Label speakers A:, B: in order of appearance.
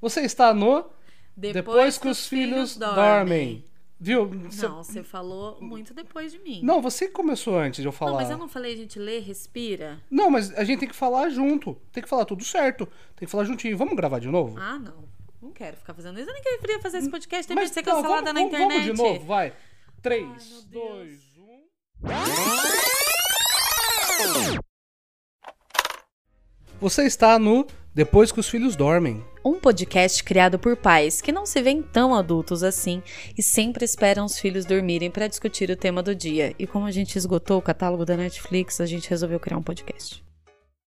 A: Você está no
B: Depois,
A: Depois que os filhos dormem. Viu? Você-
B: Não, você falou muito depois de mim.
A: Não, você que começou antes de eu falar.
B: Não, mas eu não falei, gente, lê, respira.
A: Não, mas a gente tem que falar junto. Tem que falar tudo certo. Tem que falar juntinho. Vamos gravar de novo?
B: Ah, não. Não quero ficar fazendo isso. Eu nem queria fazer esse podcast. Tem medo
A: mas
B: de ser
A: não, vamos,
B: cancelada na
A: vamos-
B: internet.
A: Vamos de novo, vai. um.
B: meu
A: 3,
B: Deus.
A: 2, 1. Você está no Depois que os filhos dormem.
B: Um podcast criado por pais que não se veem tão adultos assim e sempre esperam os filhos dormirem para discutir o tema do dia. E como a gente esgotou o catálogo da Netflix, a gente resolveu criar um podcast.